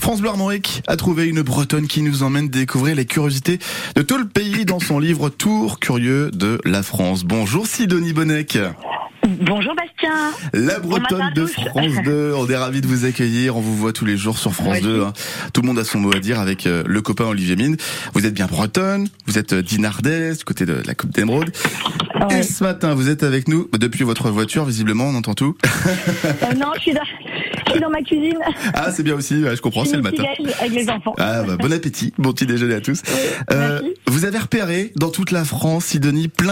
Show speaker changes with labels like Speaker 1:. Speaker 1: France Bloire a trouvé une Bretonne qui nous emmène découvrir les curiosités de tout le pays dans son livre Tour curieux de la France. Bonjour Sidonie Bonnec.
Speaker 2: Bonjour Bastien.
Speaker 1: La
Speaker 2: Bon matin
Speaker 1: Bretonne
Speaker 2: à
Speaker 1: de
Speaker 2: tous.
Speaker 1: France 2, on est ravis de vous accueillir, on vous voit tous les jours sur France
Speaker 2: Oui.
Speaker 1: 2. hein. Tout le monde a son mot à dire avec euh, le copain Olivier Mine. Vous êtes bien bretonne, vous êtes euh, dinardaise du côté de la Coupe d'Émeraude. Et
Speaker 2: Ouais.
Speaker 1: ce matin, vous êtes avec nous depuis votre voiture, visiblement, on entend tout.
Speaker 2: Euh, non, je suis, dans, je suis dans ma cuisine.
Speaker 1: Ah, c'est bien aussi, ouais, je comprends,
Speaker 2: Je
Speaker 1: c'est le
Speaker 2: suis
Speaker 1: matin.
Speaker 2: cigale Avec les enfants.
Speaker 1: Ah, bah, bon appétit, bon petit déjeuner à tous.
Speaker 2: Oui,
Speaker 1: Euh,
Speaker 2: merci.
Speaker 1: vous avez repéré dans toute la France, Sidonie, plein